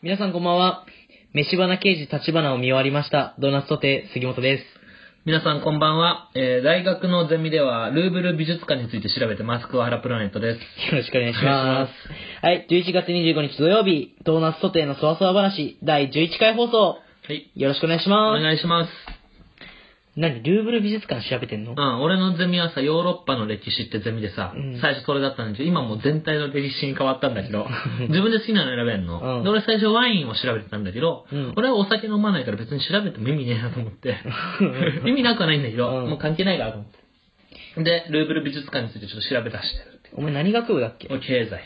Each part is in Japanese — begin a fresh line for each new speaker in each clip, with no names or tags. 皆さんこんばんは。飯花刑事立花を見終わりました。ドーナツソテー杉本です。
皆さんこんばんは、えー大学のゼミではルーブル美術館について調べてます桑原プラネットです
よろしくお願いします。はい、11月25日土曜日、ドーナツソテーのそわそわ話、第11回放送。
はい
よろしくお願いし
お
ます。
願いします
何ルーブル美術館調べてんの
うん俺のゼミはさヨーロッパの歴史ってゼミでさ、
うん
最初それだったんだけど今もう全体の歴史に変わったんだけど自分で好きなの選べんの、
うん
で俺最初ワインを調べてたんだけど、
うん
俺はお酒飲まないから別に調べても意味ねえなと思って意味なくはないんだけど、
うん
もう関係ないからと思ってでルーブル美術館についてちょっと調べ出してるって
お前何学部だっけ
俺経済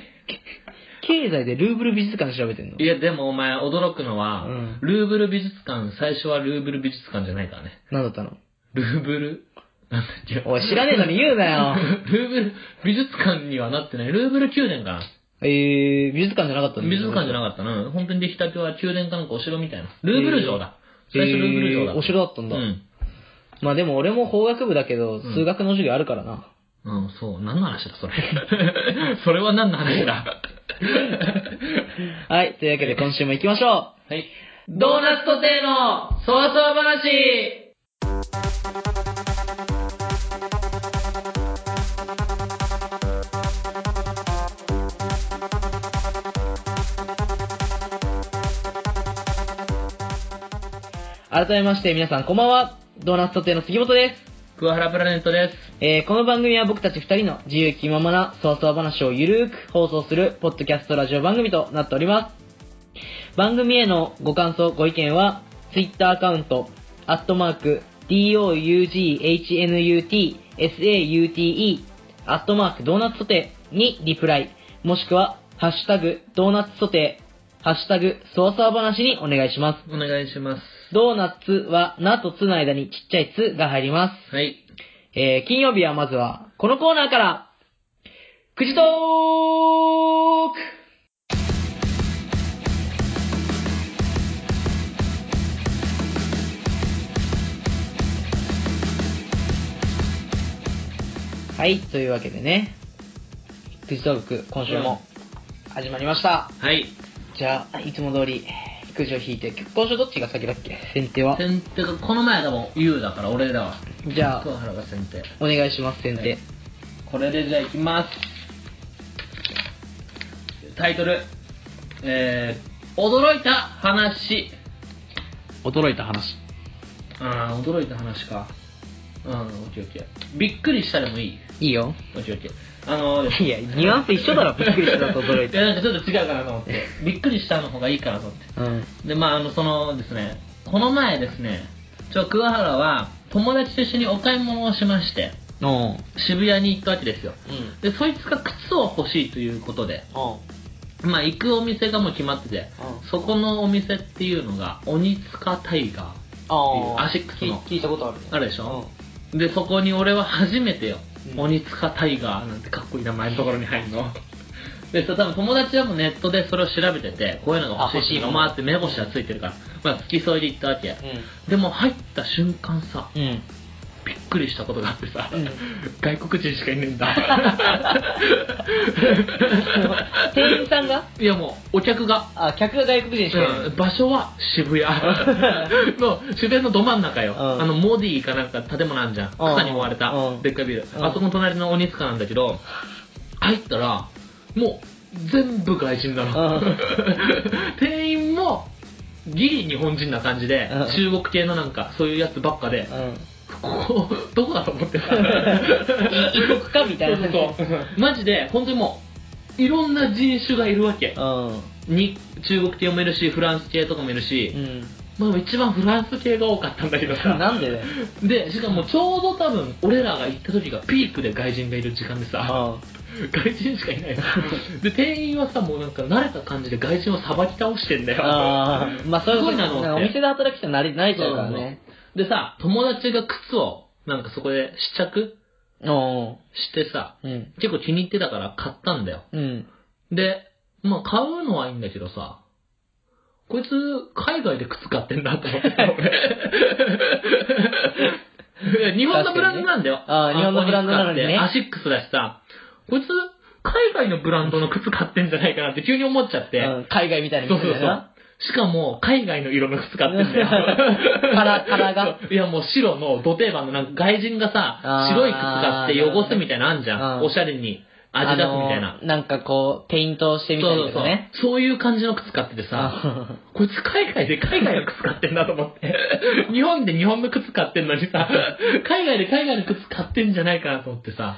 経済でルーブル美術館調べてんの
いや、でもお前、驚くのは、
うん
ルーブル美術館、最初はルーブル美術館じゃないからね。
何だったの
ルーブル、なんだっけ。
おい、知らねえのに言うなよ。
ルーブル美術館にはなってない。ルーブル宮殿か
えー、美術館じゃなかった
な。
の
美術館じゃなかったな。本当に出来たては宮殿かなんかお城みたいな。ルーブル城だ。最初ルーブル城だ。
えーお城だったんだ。
うん。
まあでも俺も法学部だけど、
ん
数学の授業あるからな。
うん、そう。何の話だ、それ。 それは何の話だ。
はい、というわけで今週も行きましょ
はい。
う。ドーナツとてのそわそわ話改めまして皆さんこんばんは。ドーナツとての杉本です。
桑原プラネットです。
えーこの番組は僕たち二人の自由気ままなそわそわ話をゆるーく放送するポッドキャストラジオ番組となっております。番組へのご感想、ご意見は、Twitter アカウント、アットマーク、doughnut, saute, アットマークドーナツソテーにリプライ、もしくは、ハッシュタグ、ドーナツソテー、ハッシュタグ、そわそわ話にお願いします。
お願いします。
ドーナツは、なとつの間にちっちゃいつが入ります。
はい。
えー、金曜日はまずは、このコーナーから、くじトークはい、というわけでね、くじトーク、今週も始まりました。
はい。
じゃあ、いつも通り、くじを引いて、今週どっちが先だっけ先手は。
先手が、この前でも U だから俺だわ。
じゃあ、
桑原が先手。
お願いします、先手。
これでじゃあいきますタイトルえー、驚いた話
驚いた話。
ああ驚いた話かうんオッケーオッケーびっくりしたでもいい
いいよ。
オッケーオッケーあのー
いや、ニュアンス一緒だろ、びっくりしたと驚い
い
て。
やなんかちょっと違うかなと思ってびっくりしたの方がいいかなと思って
うん。
でまああのそのですねこの前ですねちょ桑原は友達と一緒にお買い物をしまして
おう
渋谷に行ったわけですよ
うん。
でそいつが靴を欲しいということで
おう
まあ、行くお店がもう決まってて、
うん
そこのお店っていうのが、鬼塚タイガー。
ああ。
アシックスの
聞い聞いたことあるね。
あるでしょで、そこに俺は初めてよ、
うん
鬼塚タイガーなんてかっこいい名前のところに入るの。でさ、多分友達はもうネットでそれを調べてて、こういうのが欲し
あ欲し
い
いも
の
の
もあって目星がついてるから、まあ、付き添いで行ったわけ。でも入った瞬間さ、
うん。うん。
びっくりしたことがあってさ、
うん
外国人しかいねえんだ。
店員さんが
いやもう、お客が。
あ、客が外国人しかいない。
うん場所は渋谷 の渋谷のど真ん中よ、
うん
あのモディかなんか建物あんじゃん草に覆われた、
うん
でっかいビル、
うん
あそこの隣の鬼塚なんだけど入ったらもう全部外人な
う
の、
ん
店員もギリ日本人な感じで、
うん
中国系のなんかそういうやつばっかで、
うん。
ここどこだと思ってさ
い異国かみたいな
そうそうそうマジで本当にもういろんな人種がいるわけ、
うん。
に中国系もいるしフランス系とかもいるし、
うん。
まあ一番フランス系が多かったんだけどさ
なんでだよ
でしかもちょうど多分俺らが行った時がピークで外人がいる時間でさ
あ
外人しかいない ので店員はさもうなんか慣れた感じで外人をさばき倒してんだよ
あー。まあ、そういう
す
こと
ごいなと思って
お店で働きたら慣れ慣れちゃうからね。
でさ友達が靴をなんかそこで試着
お
してさ
ううん。
結構気に入ってたから買ったんだよ
うん。
でまあ買うのはいいんだけどさこいつ、海外で靴買ってんだと思ってた、俺。日本のブランドなんだよ。
確かにねあー日本のブランドなのにね
あここ使ってアシックスだしさ、こいつ、海外のブランドの靴買ってんじゃないかなって急に思っちゃって。
うん海外みたいな
そ
店
うそ
だ
うそう
な。。。
しかも、海外の色の服使ってんだよ
カラカラが
そういや、もう白の土定番の、なんか外人が
あ
さ、
ー
白い靴買って汚すみたいなのあんじゃ
うん
ん。おしゃれに味出すみたい
あ
な
の。なんかこう、ペイントしてみた
そう
い
そう
です
そう
ね。。
そういう感じの靴買っててさ、
あ
こいつ海外で海外の靴買ってんだと思 って。日本で日本の靴買ってんのにさ、海外で海外の靴買ってんじゃないかなと思ってさ、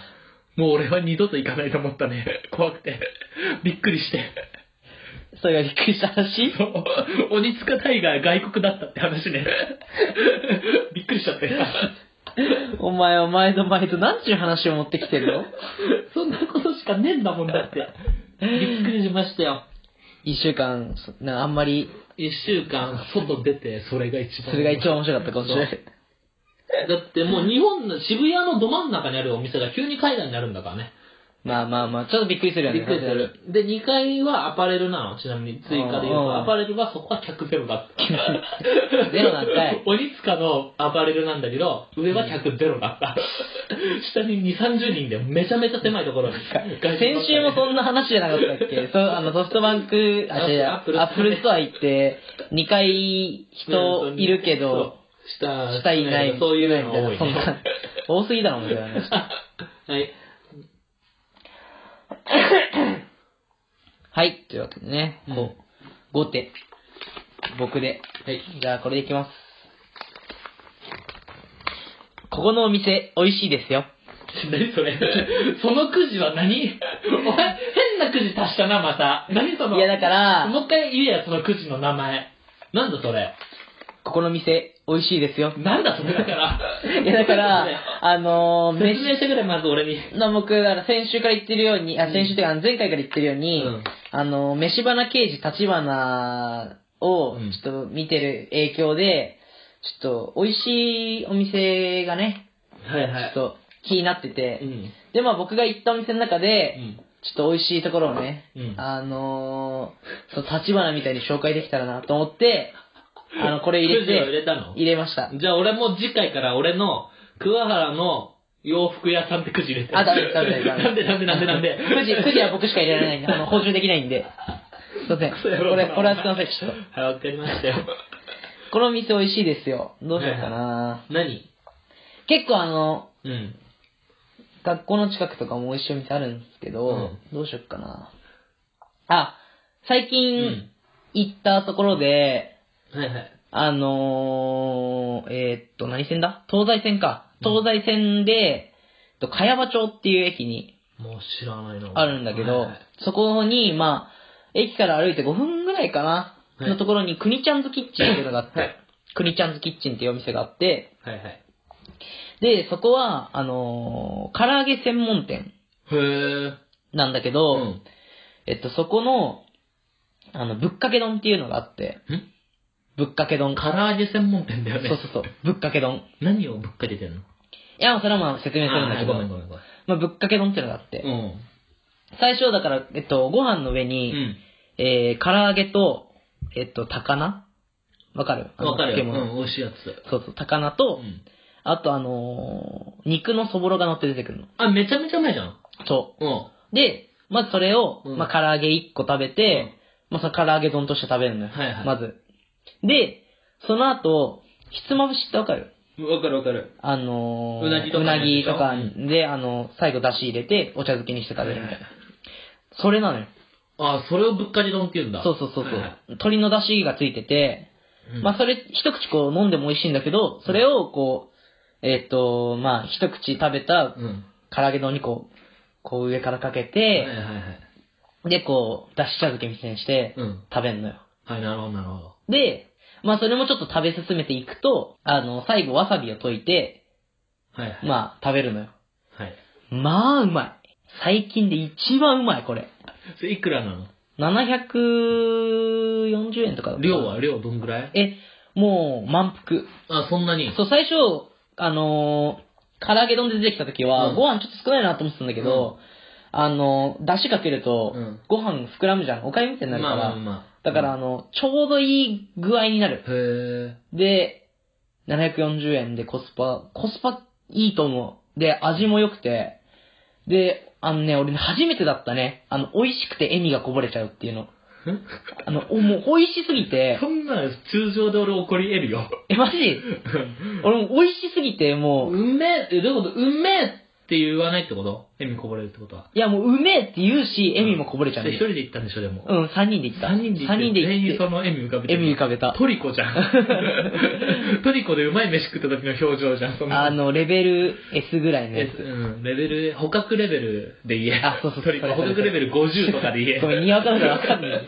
もう俺は二度と行かないと思ったね。怖くて。びっくりして。
それがびっくりした話
そう。 鬼塚タイが外国だったって話ね。 びっくりしちゃって。
お前は毎度毎度なんちゅう話を持ってきてる の
そんなことしかねえんだもんだって。びっくりしましたよ。
一週間、そなんかあんまり、
一週間外出て、それが一番。
それが一番面白かったかもしれない。
だってもう日本の渋谷のど真ん中にあるお店が急に海外になるんだからね。
まあまあまあ、ちょっとびっくりするよね。
びっくりする。で、2階はアパレルなの。ちなみに追加で言う
うん
と、アパレルはそこは客ゼロだった。
ゼロなんかい
鬼塚のアパレルなんだけど、上は客ゼロだった。下に2、30人でめちゃめちゃ狭いところに。
先週もそんな話じゃなかったっ けそうあのソフトバンク、あ、違う、ア
ア
ッ
ッ
プ
プ
ル
ル
ストア行って、2回人いるけど、、
下、
下いない、
そういう
み
の
た
が
い
多
な、
い
そんな
ね。、
多すぎだろ、みたいな。
はい。
はい、というわけでね、
うん
こう、5手、僕で。
はい。
じゃあ、これでいきます。ここのお店、美味しいですよ。
何それそのくじは何お前、変なくじ足したな、また。何その。
いや、だから、
もう一回言えや、そのくじの名前。なんだそれ。
ここの店、美味しいですよ。
なんだそれだから。
いや、だから、 あのー、
説
飯
明してくれ、まず俺に。
の僕、だから先週から言ってるように、あ、
うん
先週っていうか、あの前回から言ってるように、
うん
あの、飯花刑事、立花を、
うん
ちょっと見てる影響で、ちょっと、美味しいお店がね、
はいは
ちょっと、気になってて、
うん。
で、まあ僕が行ったお店の中で、
うん。
ちょっと美味しいところをね、
うん
あのー、そう、立花みたいに紹介できたらなと思って、あの、これ入れ
くじを入
て、
れたの
入れました。
じゃあ俺も次回から俺の、桑原の洋服屋さんってくじ入れて。
あ、ダメです、ダメです、ダメ
なんでなんでなんでなんで。
くじ、くじは僕しか入れられないんで、あの、補充できないんで。すいません。こ
クソ野郎
れ、これはすいません、ちょっと。
はい、わかりましたよ。
この店美味しいですよ。どうしようかな
何
結構あの、
うん。
学校の近くとかも美味しいお店あるんですけど、
うん
どうしようかなあ、最
う
近
ん。
行ったところで、
はいはい。
あのー、えーっと、何線だ東西線か。
うん
東西線で、えっと茅場町っていう駅に
もう知らないの。
あるんだけ
はい
ど
はい、
そこに、まあ、駅から歩いて5分ぐらいかな、
はい
のところに、くにちゃんズキッチンっていうのがあって、
はい
くにちゃんズキッチンっていうお店があって、
はいはい。
で、そこは、あのー、唐揚げ専門店
へー。
なんだけ
う
ど、
ん。
えっと、そこの、あの、ぶっかけ丼っていうのがあって、
ん
ぶっかけ丼。
唐揚げ専門店だ
そう
よね。
そうそう、ぶっかけ丼。
何をぶっかけてんの
いや、それはまあ説明するんだけど、
あーごめんごめんごめん。
まあ、ぶっかけ丼っていうのがあって、
うん。
最初だから、えっと、ご飯の上
う
に、
ん。
えー、唐揚げと、えっと、高菜わかるあの
わかるよ。
漬物
うん、美味しいやつ。
そうそう、高菜と、
うん。
あとあのー肉のそぼろが乗って出てくるの。
あ、めちゃめちゃうまいじゃん。
そ
うん。
う。で、まずそれを、
うん
まあ、唐揚げ1個食べて、まあ、その唐揚げ丼として食べるのよ。
はいはい
まず。で、その後、ひつまぶしってわかる
わかるわかる。
あのー
うなぎとかのやつ
うなぎとか
でし
で、あの最後出汁入れて、お茶漬けにして食べるみたいな。それなのよ。
あ、それをぶっかけ丼って言うんだ。
そうそうそうそう。
はいはい
鶏の出汁がついてて、
うん
まあそれ、一口こう飲んでも美味しいんだけど、それをこう、えっ、と、まあ一口食べた
うん。
唐揚げ丼にこう、こう上からかけ
はいはい
て、
はい。
でこう、出汁茶漬けみたいにして、
うん。
食べんのよ。
はい、なるほどなるほど。
で、まあそれもちょっと食べ進めていくと、あの、最後わさびを溶いて、
はいはい。
まあ食べるのよ。
はい。
まあうまい。最近で一番うまい、これ。
それいくらなの
740円とかだったかな
量は量どんぐらい
え、もう満腹。
あ、そんなに。
そう、最初、あのー、唐揚げ丼で出てきた時は、
うん
ご飯ちょっと少ないなと思ってたんだけど、あのー、出汁かけると、
うん
ご飯膨らむじゃん。おかゆみたいになるから。
まあまあまあ。
だから、あの、ちょうどいい具合になる。
うん。へ
で、740円でコスパ、コスパいいと思う。で、味も良くて。 で、あのね、俺ね初めてだったね。あの、美味しくて笑みがこぼれちゃうっていうの。
え。
あの、おもう美味しすぎて、
そんな通常で俺怒り得るよ。
え、マジ俺もう美味しすぎて、もう、
うんめえって、どういうことうんめえって言わないってこと笑みこぼれるってことは。
いやもううめえって言うし、笑みもこぼれちゃう
で一
ね。
人で行ったんでしょ、でも。
うん、三人で行った。
三人で行って
三人で
全
行
員
っ
その笑み浮かべ
て、
てる
笑み浮かべた。
トリコじ ゃん。トリコでうまい飯食った時の表情じゃん、そんな
あの、レベル S ぐらいのや
え
つ。
うん、レベル、捕獲レベルで言え。
あそうそう
トリコ、
それそ
捕
れ
獲レベル50とかで言 え
ご。めん、にわかだからわかん ない。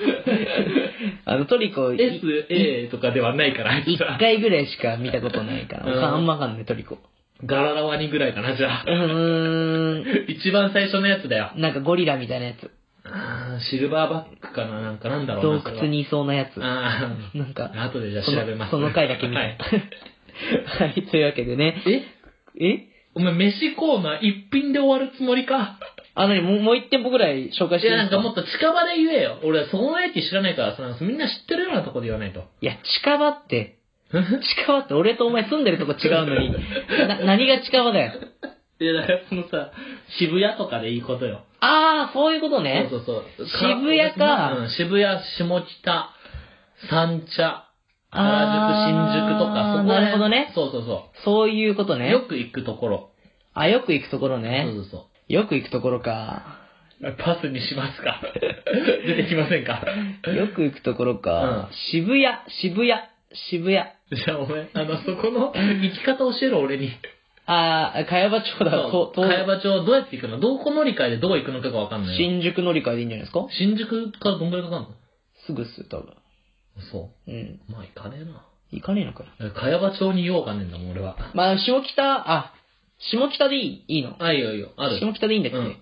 あの、トリコ、い
S、A とかではないから、あい
一
つは。
回ぐらいしか見たことないから、
うん
わかんあんまわかんない、トリコ。
ガララワニぐらいかな、じゃあ
う。ーん、
一番最初のやつだよ。
なんかゴリラみたいなやつ。
あーシルバーバックかな、なんかなんだろう
洞
な。それは
窟。にいそうなやつ。
あ
なんか、
あ。後でじゃあ調べます。
そのその回だけ見た。
は
はい い、というわけでね。
え
え
お前、飯コーナー一品で終わるつもりか。
あ、なに、もうもう一店舗ぐらい紹介し
い
てい
や、
いです
なんか
か
もっと近場で言えよ。俺、その駅知らないからさ、みんな知ってるようなとこで言わないと。
いや、近場って、近場って俺とお前住んでるとこ違うのに、な、何が近場だよ。
いや、だからそのさ、渋谷とかでいいことよ。
あー、そういうことね。
そうそうそう。
渋谷か
うん、渋谷、下北、三茶、
あー
原宿、新宿とか、そこら辺
なるほどね。
そうそうそ
そういうこと
う。
ね。
よく行くところ。
あ、よく行くところ
そう
ね。
そうそ
よく行くところか。
う。パスにしますか 出てきませんか
よく行くところか。
うん
渋谷、渋谷、渋谷。
じゃあお前、あの、そこの行き方教えろ、俺に。
あー、茅場町だ。
そう
とと
茅場町どうやって行くのどこ乗り換えでどう行くのかがわかんないよ。
新宿乗り換えでいいんじゃないですか
新宿からどんぐらいかかんの
すぐっす、多分。
そ
うん。
う。まあ行かねえな。
行かねえのかよ。
茅場町に用がねえんだもん、俺は。
まあ、下北、あ、下北でいいいいの
あ、いいよいいよ。ある。
下北でいいんだっけ、
うん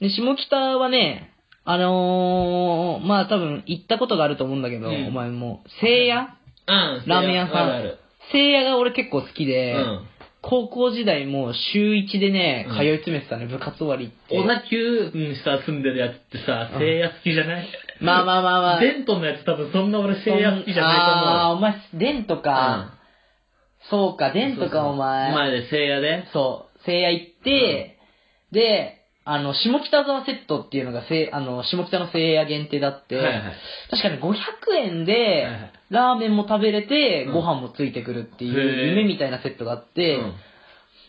で、下北はね、あのー、まあ多分行ったことがあると思うんだけど、
うん
お前もう、聖夜
うん、
ラーメン屋さん
あるある。
聖夜が俺結構好きで、
うん。
高校時代もう週1でね
うん、
通い詰めてたね、部活終わりって。
小田急にさ、住んでるやつってさ、
うん
聖夜好きじゃない
まあまあまあまあ。
デントのやつ多分そんな俺聖夜好きじゃ
ああ
な
ー、お前、デンと
いと思う。
か、そうか、デンとかお前。
前で聖夜で。
そう、聖夜行って、で、あの、下北沢セットっていうのがせい、あの、下北の聖夜限定だって、
はいはい。
確かに500円
はい
で
は、い
ラーメンも食べれて、
うん
ご飯もついてくるってい
へー
う夢みたいなセットがあって、
うん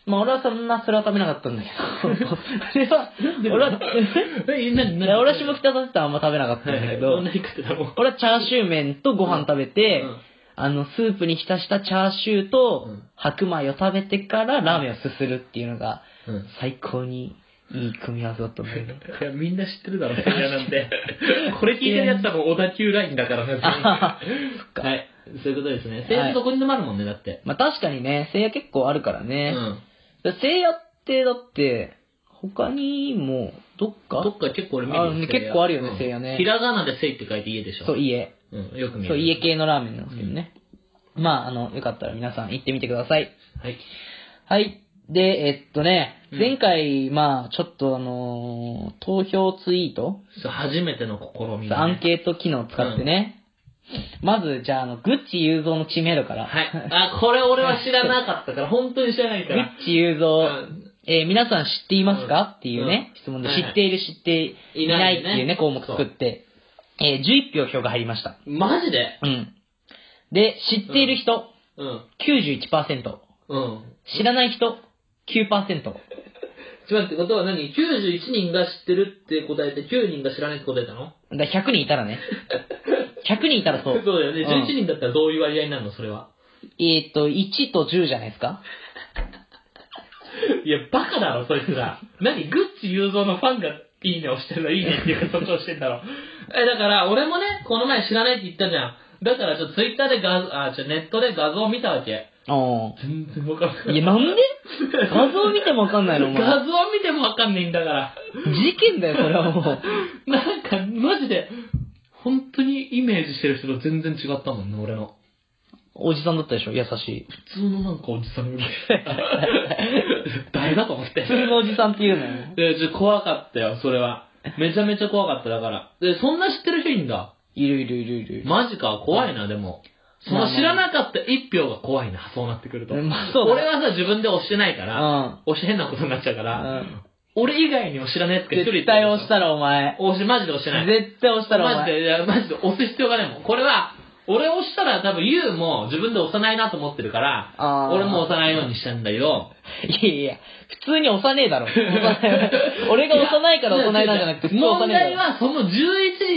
まあ俺はそんな、それは食べなかったんだけど、俺は、俺は、
え、なに
い
な
や俺は下北沢セットはあんま食べなかったんだけ
ど
ど
ん、な言い方だもん。
俺はチャーシュー麺とご飯食べて、あの、スープに浸したチャーシューと
うん
白米を食べてからラーメンをすするっていうのが、
うんうん
最高にいい組み合わせだったんだけど。
いや、みんな知ってるだろ、聖夜なんて。これ聞いてるやつ多分小田急ラインだからね。
あか
はい。そういうことですね。聖夜ってどこにでもあるもんね、だって。
まあ確かにね、聖夜結構あるから
う
ね。
ん。
だ聖夜ってだって、他にも、どっか
どっか結構俺見
あ
る
ね
よ聖夜
結構あるよね
うん
聖夜ね
ひらがなで聖って書いて家でしょ。
そう、家。
うん、よく見
そ
る。
う、家系のラーメンなんですけどね。まあ、あの、よかったら皆さん行ってみてください。
はい。
はい。で、えっとね、
うん
前回、まあ、ちょっとあのー投票ツイート、
そう初めての試み、
アンケート機能を使ってね、まず、じゃあ、あの、グッチ雄三の知名度から。
はい。あ、これ俺は知らなかったから、本当に知らないか
グ
ら。
ッチ雄三、えー皆さん知っていますか、っていうね
うん、
質問で、
はいは
知
い
っている、知っていないっていう
いないね
ね、項目作って、えー11票票が入りました。
うんマジで
うん。で、知っている人、
うん。
91%。
うん。
知らない人、9%。
ちょっと待ってことは何 ?91 人が知ってるって答えて、9人が知らないって答えたの
だから100人いたら ね。100人いたらそう。
そうだよね。11人だったらどういう割合になるのそれは。
えーっと、1と10じゃないですか
いや、バカだろ、そいつら。何グッチ雄三のファンがいいねをしてるのいいねっていうか、そこをしてんだろ。 え、だから、俺もね、この前知らないって言ったじゃん。だから、ちょっとツイッターで画、あ、ちょ、ネットで画像を見たわけ。
おー
全然わかんない。
いや、なんで画像見てもわかんないのお前。
画像見てもわかんないんだから。
事件だよ、それはもう。
なんか、マジで、本当にイメージしてる人と全然違ったもんね、俺の。
おじさんだったでしょ、優しい。
普通のなんかおじさんより。 誰だと思って
普。通のおじさんっていうのよ。
で、ちょ、怖かったよ、それは。めちゃめちゃ怖かった、だから。で、そんな知ってる人いんだ。
いるいるいるいる。
マジか、怖いな、でも。その知らなかった一票が怖いな、そうなってくると。
まあそうだ
俺はさ、自分で押してないから、
う
押して変なことになっちゃうから、
ん。
俺以外にも知らないやつが一人い
絶対押した
ら。
たらお前。
押し、マジで押してない。
絶対押したらお
マジ
前。
で、いや、マジで押す必要がないもん。これは、俺押したら多分ユウも自分で押さないなと思ってるから、
あー
俺も押さないようにしたんだけど、
いやいや、普通に押さねえだろ。 押さない俺が押さないから押さないなんじゃなくて、普通押さ
問
ね
題
えだろ。
はその11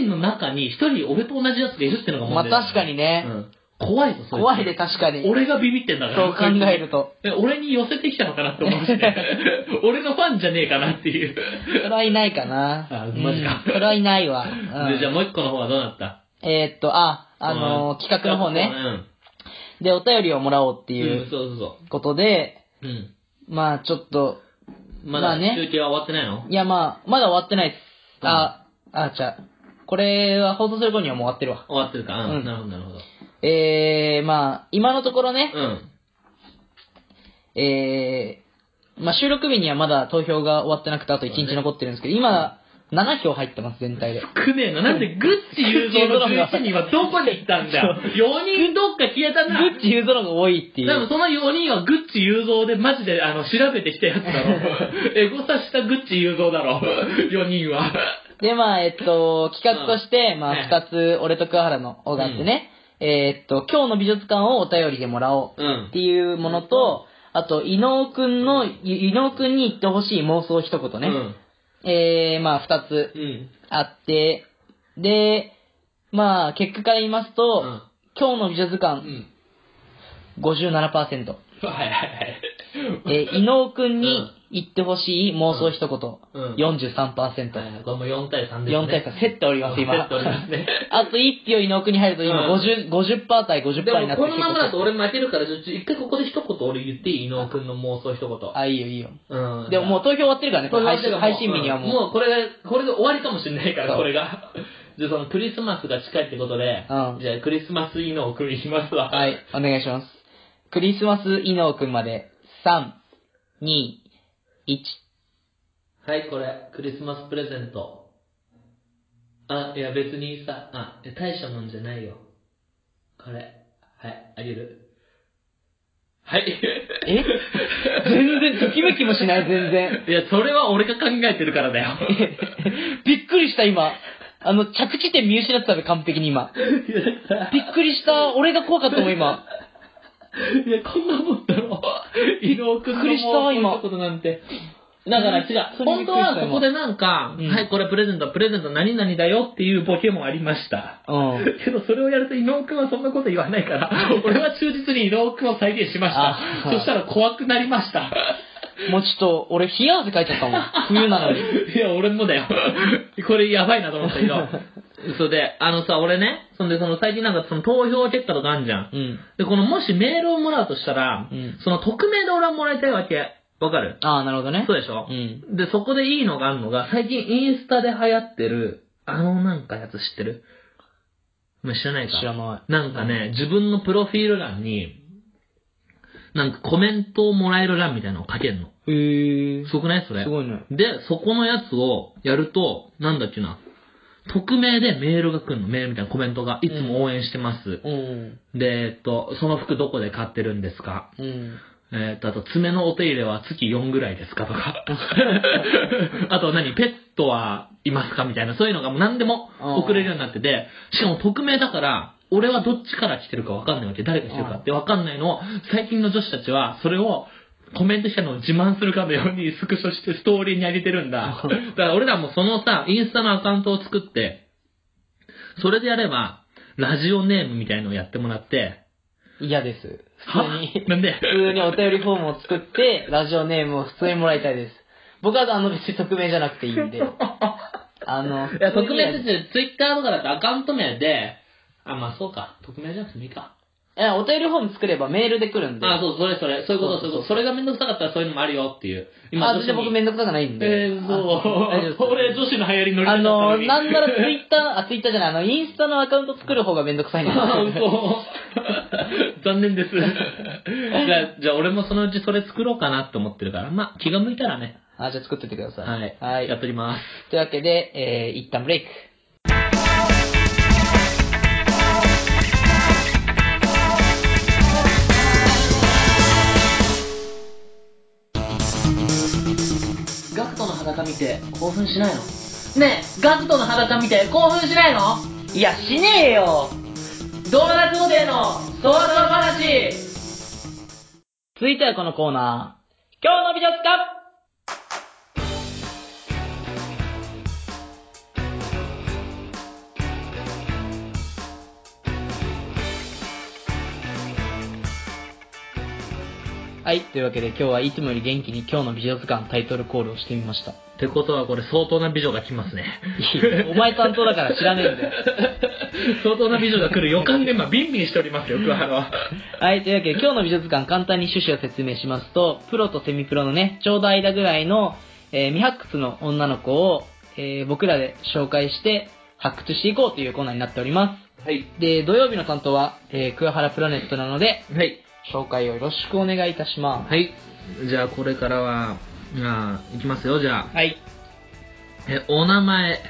人の中に1人俺と同じやつがいるってのが
まあ
問題
確かに
う
ね。
ん、怖いぞ、そいつ
怖いで確かに。
俺がビビってんだか
そう
ら。
考えると。
え俺に寄せてきたのかなって思う しね、俺のファンじゃねえかなっていう。
それはいないかな。
あマジか
うんそれはいないわ。うん
でじゃあもう一個の方はどうなった
えーっと、あ、あのー企画の方ね。で、お便りをもらおうって
うん。
い
うん、
う
そうそうそ
ことで、
う。うん。
まあちょっと、
ま
まあ
だ
ね
中継は終わってないの
いやまあまだ終わってないです。あ、あ、じゃあ、これは放送する頃にはもう終わってるわ。
終わってるか。う
うん
ん。なるほど、なるほど。
えー、まあ今のところね、
うん。
えー、まあ収録日にはまだ投票が終わってなくてあと1日残ってるんですけど、今、7票入ってます、全体で。
くねえな。なんでグッチ雄 三の11人はどこに行ったんだよ。4人どっか消えた な。
グッチ言うぞのが多いってい
で
う。
もその4人はグッチ雄三でマジであの調べてきたやつだ ろ。エゴサしたグッチ雄三だ ろ。4人は。
で、まあえっと、企画として、まあ
はい
2つ、俺と桑原の方があってね、えーっと、今日の美術館をお便りでもらおう。
うん
っ。ていうものと、あと、伊能くんの、伊能くんに言ってほしい妄想一言
う
ね。
ん。
えー、まあ、二つ
うん。
あって、で、まあ、結果から言いますと、
うん
今日の美術
う
館、
ん。
57%。
はいはいはい。
えー、伊能くん
うん
に言ってほしい妄想一言、
うん
43%。
はいこれも4対3ですね。
4対3、競っております、今。
競っておりますね
あと1票伊能くんに入ると、今
うん
50、50%対50%に
で
な
も
って
このままだ
結構
と俺負けるから、ちょっと一回ここで一言俺言っていい伊野くんの妄想一言。
あ、いいよ、いいよ。
うん。
でももう投票終わってるからね、これ配
これ
信
は
配信日にはもう。
もうこれが、これで終わりかもしれないか
そ
ら、
う
これが。 じゃあそのクリスマスが近いってことで、
うん
じゃあクリスマスイノを組みしますわ。
はい。、お願いします。クリスマス伊能くんまで、3、2、1。
はい、これ、クリスマスプレゼント。あ、いや別にさ、あ、いや大したもんじゃないよ。これ、はい、あげる。はい。
え全然、ときめきもしない、全 然。
いや、それは俺が考えてるからだよ。
びっくりした、今。あの、着地点見失ってたべ、完璧に今。
いや、だから
びっくりした、俺が怖かったもん、 今。
いや、こんなもんだろ。伊野尾くんの
びっくりした今
こういうことなんて。だから違う。
本当にびっくり
本当
した
はそこでなんか、
うん
はい、これプレゼント、プレゼント何々だよっていうボケもありました。
うん。
けどそれをやると伊野尾くんはそんなこと言わない から、俺は忠実に伊野尾くんを再現しまし
あ
た。そしたら怖くなりました。
もうちょっと、俺、冷や汗かいちゃった もん。冬なのに。
いや、俺もだよ。これやばいなと思ったけ ど。嘘で、あのさ、俺ね、そんでその最近なんかその投票結果とかあんじゃん。
うん。
で、このもしメールをもらうとしたら、
うん
その匿名で俺はもらいたいわけ。わかる
ああ、なるほどね
そ。うでしょ
う、ん。
で、そこでいいのがあるのが、最近インスタで流行ってる、あのなんかやつ知ってるまあ知らないか。
知らな
なんかね、自分のプロフィール欄に、なんかコメントをもらえる欄みたいなのを書けるの。
い。へえ。
すごくないそれ。
すごいね。
で、そこのやつをやると、なんだっけな、匿名でメールが来るの。メールみたいなコメントが、いつも応援してます。
うん。
で、えっと、その服どこで買ってるんですか
うん。
えっと、あと、爪のお手入れは月4ぐらいですかとか。あと何、ペットはいますかみたいな、そういうのがもう何でも送れるようになってて、しかも匿名だから、俺はどっちから来てるかわかんないわけ、誰が来てるかってわかんないのを、最近の女子たちは、それを、コメントしたのを自慢するかのようにスクショしてストーリーに上げてるんだ。だから俺らもそのさ、インスタのアカウントを作って、それでやれば、ラジオネームみたいのをやってもらって、
嫌です。普通に。
なんで
普通にお便りフォームを作って、ラジオネームを普通にもらいたいです。僕はあの別に匿名じゃなくていい んで。あの、
いや、匿名
普
っ
通に
てツイッターとかだとアカウント名で、あ、まあそうか。匿名じゃなくてもいいか。
いやお便りフォーム作ればメールで来るんで。
あ、そう、それそれ。そういうこと、
そ
そう
そうそ
ういううこと。それがめんどくさかったらそういうのもあるよっていう。
あ、全然僕めんどくさくないんで。
え
あ
ー、
大丈夫です
そう。 俺、女子の流行り乗り
あ
たかった
の、
に
なんならツ イッター、あ、ツイッターじゃない、あの、インスタのアカウント作る方がめんどくさいんで。
あ嘘残念です。じゃあ、じゃあ俺もそのうちそれ作ろうかなって思ってるから、まあ気が向いたらね。
あ、じゃあ作ってってください。
はい。
はい。
やっとります。
というわけで、えー、一旦ブレイク。ガクトの肌
見て興奮しないのねえガクトの肌ちゃん見て興奮しないの
いや、しねえよ
ドーナツ御殿の想像話
続いてはこのコーナー。今日の美術館はい、というわけで今日はいつもより元気に今日の美術館タイトルコールをしてみま した。
ってことはこれ相当な美女が来 ますね。
お前担当だから知らねえんだよ。
相当な美女が来る予感で、まあ、ビンビンしておりますよ、桑原は。
はい、というわけで今日の美術館簡単に趣旨を説明しますと、プロとセミプロのね、ちょうど間ぐらいの、えー未発掘の女の子を、えー僕らで紹介して発掘していこうというコーナーになっておりま
はい。
す。で、土曜日の担当は、えー、桑原プラネットなので、
はい。
紹介をよろしくお願いいたしま
はい。じゃあ、これからは、まあ、いきますよ、じゃあ
す。。はい、
え、お名前、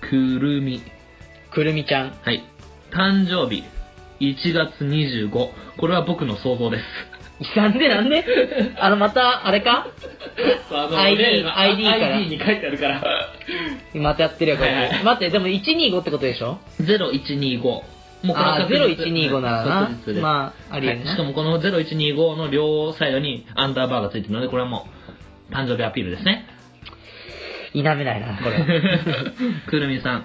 くるみ。
くるみちゃん。
はい。誕生日、1月25。これは僕の想像 です。
なんでなん であの、また、あれか ID
例の
ID から
に書いてあるから。
またやってるよ、これ。
はいはい
待って、でも125ってことでしょ
0125。もうこれは
ああ
確
ー、
実
0125なら
確
な
実で。す
まあ、ありえる
はい
な。
しかもこの0125の両サイドにアンダーバーがついてるので、これはもう、誕生日アピールで すね。
否めないな、これ。
くるみさん。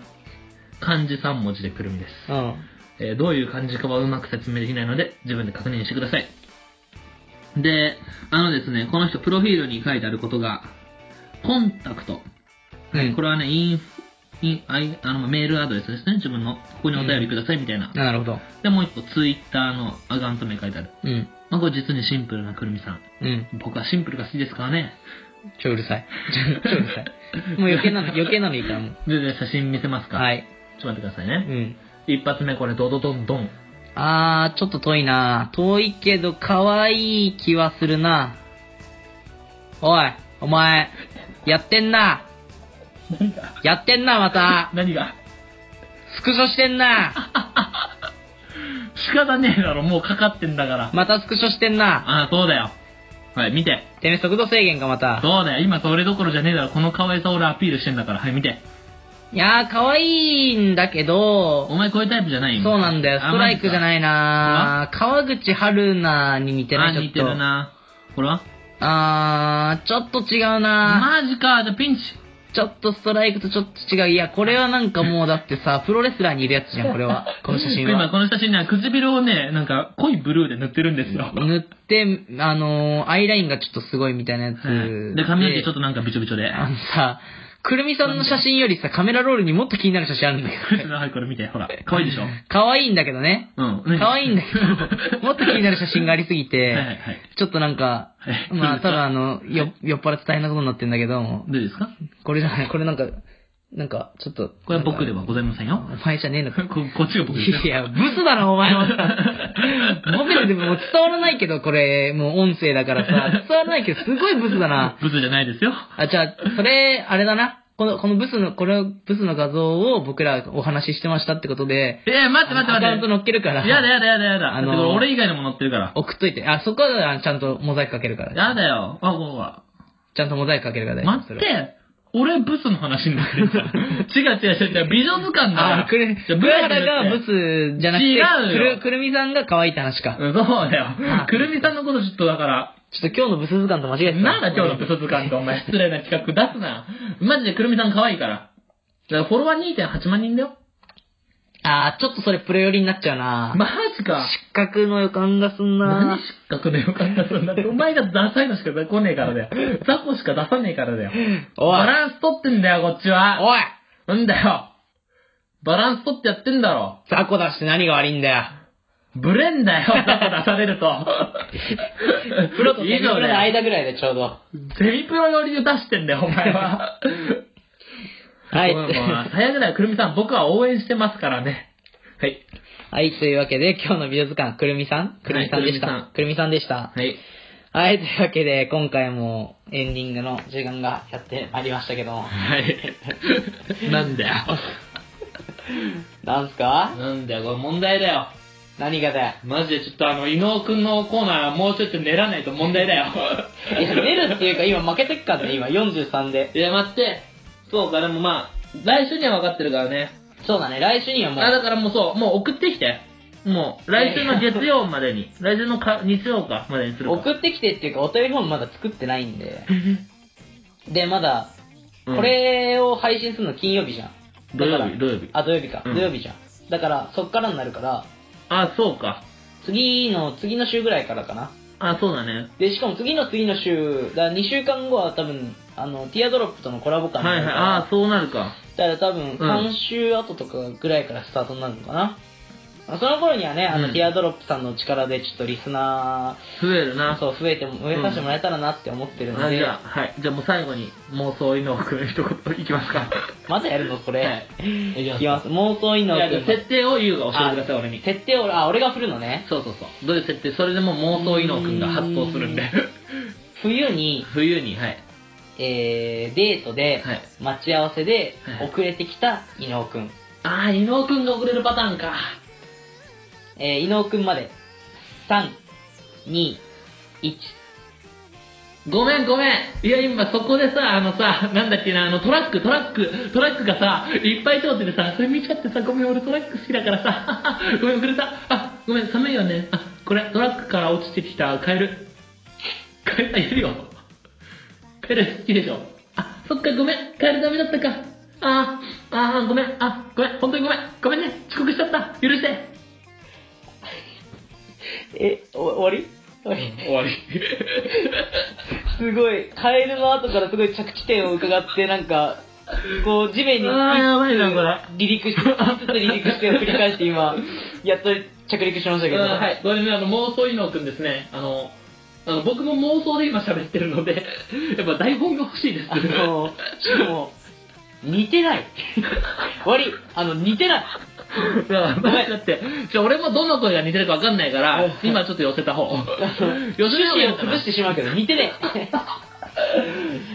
漢字3文字でくるみです。
うん。
えーどういう漢字かはうまく説明できないので、自分で確認してください。で、あのですね、この人、プロフィールに書いてあることが、コンタクト。は
うん
い、これはね、インフ、イン、あいあの、メールアドレスですね、自分の。ここにお便りください、みたいな。
なるほど。
で、もう一個、ツイッターのアカウント名書いてある。
うん。
まあ、これ実にシンプルなくるみさん。
うん。
僕はシンプルが好きですからね。
ちょうるさい。 ちょうるさい。もう余計なの、余計なのいいからもう。
で、で写真見せますか。
はいい。
ちょっと待ってくださいうね。
ん。
一発目、これ、ドドドンドン。
あー、ちょっと遠いな遠いけど、可愛い気はするなおい、お前、やってんな
何が
やってんな、また
何が
スクショしてんな
仕方ねえだろ、もうかかってんだから。
またスクショしてんな
ああ、そうだよ。はい、見て。
てめえ速度制限か、また。
そうだよ、今それどころじゃねえだろ。この可愛さ俺アピールしてんだから。はい、見て。
いやー、可愛いんだけど
お、前こういうタイプじゃないよ
そうなんだよ、ストライクじゃ
い。
ないな川口春奈に似て
あ
ない、
マ
ちょっ
ジか、あ
と。
似てるな。これは
あー、ちょっと違うな
マジか、じゃあピンチ。
ちょっとストライクとちょっと違う。いや、これはなんかもうだって さ、プロレスラーにいるやつじゃん、これは。この写真
今
は。
この写真ね、唇をね、なんか濃いブルーで塗ってるんですよ。
塗って、あのーアイラインがちょっとすごいみたいなやつ。
はいで、髪の毛ちょっ
っと。
となんかびちょびちょで。
あのさ、くるみさんの写真よりさ、カメラロールにもっと気になる写真あるんだけ ど。
はい、これ見て。ほら、可愛いでしょ。
可愛いんだけどね。
うん。
可愛いんだけ ど、もっと気になる写真がありすぎ
はいは
て、
いはい。
ちょっとなんか、
はい
ま あ、た
どうですか
だあの、よ酔っ払って大変なことになってんだけども、
どうですか
これじゃない、これなんか、なんか、ちょっと。
これは僕ではございませんよ。
お前じゃねえのか
こ。こっちが僕ですよ
い。 や、ブスだろ、お前は。モデルでも伝わらないけど、これ、もう音声だからさ、伝わらないけど、すごいブスだな。
ブスじゃないですよ。
あ、じゃあ、それ、あれだな。この、このブスの、これ、ブスの画像を僕らお話ししてましたってことで、
えー、待って待って
アカウント
待っ
載っけるから、
て。やだやだやだやだ。
あ
あ
のー
の俺以外のも乗ってるから。
送っといて。あ、そこはちゃんとモザイクかけるから。
やだよ。あ、ほら
ちゃんとモザイクかけるから
ほ
大
ら。
丈夫
待って。俺ブスの話になってる から。違う違う違う違う。美女図鑑だから。
あ、くる、
じゃあ
ブラハラが
ブ
ブ
ス
スじゃなくて、
違うよ
くる、くるみさんが可愛いって話か。
うんそうだ
あ
よ。くるみさんのことちょっとだから。
ちょっと今日のブス図鑑と間違えてた。
なんだ今日のブス図鑑ってお前失礼な企画出すな。マジでくるみさん可愛いから。だからフォロワー2.8万人だよ。
あー、ちょっとそれプレ寄りになっちゃうな。
マジか。
失格の予感がすん
何
な
失格の予感がするんだって。お前がダサいのしか出こねえからだよ。雑魚しか出さねえからだよ。
お
バ
い、
ランス取ってんだよ、こっちは。
おい、
なんだよ。バランス取ってやってんだろ。
雑魚出して何が悪いんだよ。
ブレん だよ、出されると。
プロとセミ
以
プロ
上
の
ね。
間ぐらいでちょうど。
セミプロ寄りで出してんだよ、お前 は。
はい。
もうもう最悪だよ、くるみさん。僕は応援してますからね。はい。
はい、というわけで今日の美術館、くるみさんくるみさんでし
は
た
い。
くるみさんでした。
はい。
はい、というわけで今回もエンディングの時間がやってまいりましたけども。
はい。なんだよ。
なんすか
なんだよ、これ問題だよ。
何がだよ。
マジでちょっとあの、伊野尾くんのコーナーもうちょっと練らないと問題だよ。
いや、出るっていうか今負けてっからね、今43で。
いや、待って。そうか、でもまあ、来週には分かってるからね。
そうだね、来週にはも
あ、
う、
だからもうそう、もう送ってきて。もう、来週の月曜までに。来週のか日曜か、までにするか。
送ってきてっていうか、お便りフォームまだ作ってないんで。で、まだ、
うん
これを配信するの金曜日じゃん。
土
だ
曜
から
日、土曜日。
あ、土曜日か。
うん
土曜日じゃん。だから、そっからになるから、
あ、そうか。
次の、次の週ぐらいからかな。
あ、そうだね。
で、しかも次の次の週、だ2週間後は多分、あの、ティアドロップとのコラボ
は
感にない
いは。
るから
あ、そうなるか。
だから多分、
ん
3週後とかぐらいからスタートになるのかな。その頃にはね、あの、
うん
ティアドロップさんの力で、ちょっとリスナ
増える
ー、
な。
そう、増えても、増えさせてもらえたらなって思ってるんで、
あじゃあ、はい。じゃあもう最後に、妄想伊野尾くん一言いきますか。
まだやるのこれ。
はい
い
い
きます。妄想いの
いやじゃあ設定を優が教えてください、俺に。
設定を、あ、俺が振るのね。
そうそうそう。どういう設定それでも妄想伊野尾くんが発動するんで
う。冬に、
冬に、はい。
えー、デートで、
はい
待ち合わせで
はい
遅れてきた伊野尾くん。
あー、伊野尾くんが遅れるパターンか。
えー、伊野尾くんまで、3、2、1。
ごめんごめん。いや、今そこでさ、あのさ、なんだっけな、あのトラック、トラック、トラックがさ、いっぱい通っててさ、それ見ちゃってさ、ごめん、俺トラック好きだからさ、 ごめん、遅れた。あ、ごめん、寒いよね。あ、これ、トラックから落ちてきた、カエル。カエル、あ、いるよ。カエル好きでしょ。あ、そっか、ごめん、カエルダメだったか。あー、あー、ごめん、あ、ごめん、本当にごめん、ごめんね、遅刻しちゃった。許して。
え、お終わり終わり
終わり。
すごい、カエルの後からすごい着地点を伺って、なんか、こう、地面に、
あーやばいなこれ
離陸して、5つ離陸してを繰り返して今、やっと着陸しましたけど、
うんはい、これね、あの妄想伊野尾くんですね。あの、あの僕も妄想で今喋ってるので、 やっぱ台本が欲しいです。
あの、 しかも、似てない。終わり、あの、似てない。
いや
ごめん
だって、じゃあ俺もどの声が似てるかわかんないから
うん、
今ちょっと寄 せた方。寄せ
趣
る
旨を潰してしまうけど、似てねえ。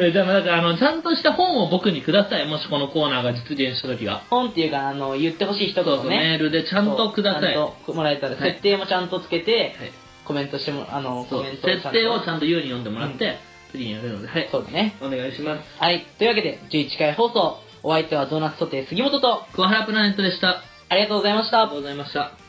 えじゃあ、だから、あの、ちゃんとした本を僕にください。もしこのコーナーが実現したときは。
本っていうか、あの、言ってほしい一
そうそう
言を
メ
ね、
ールでちゃんとください。
ちゃ
は
んともらえたら、
はい
設定もちゃんとつけて、
い
コメントしても、あの、
そ
コ
う
メント
設定をちゃ
ん
んと優に読んでもらって、次にやるので、はい。
そうだね。
お願いします。
はい。というわけで、11回放送、お相手はドーナツソテー杉本と、
桑原プラネットでした。
ありがとうございまし
あ
た
りがと。うございました。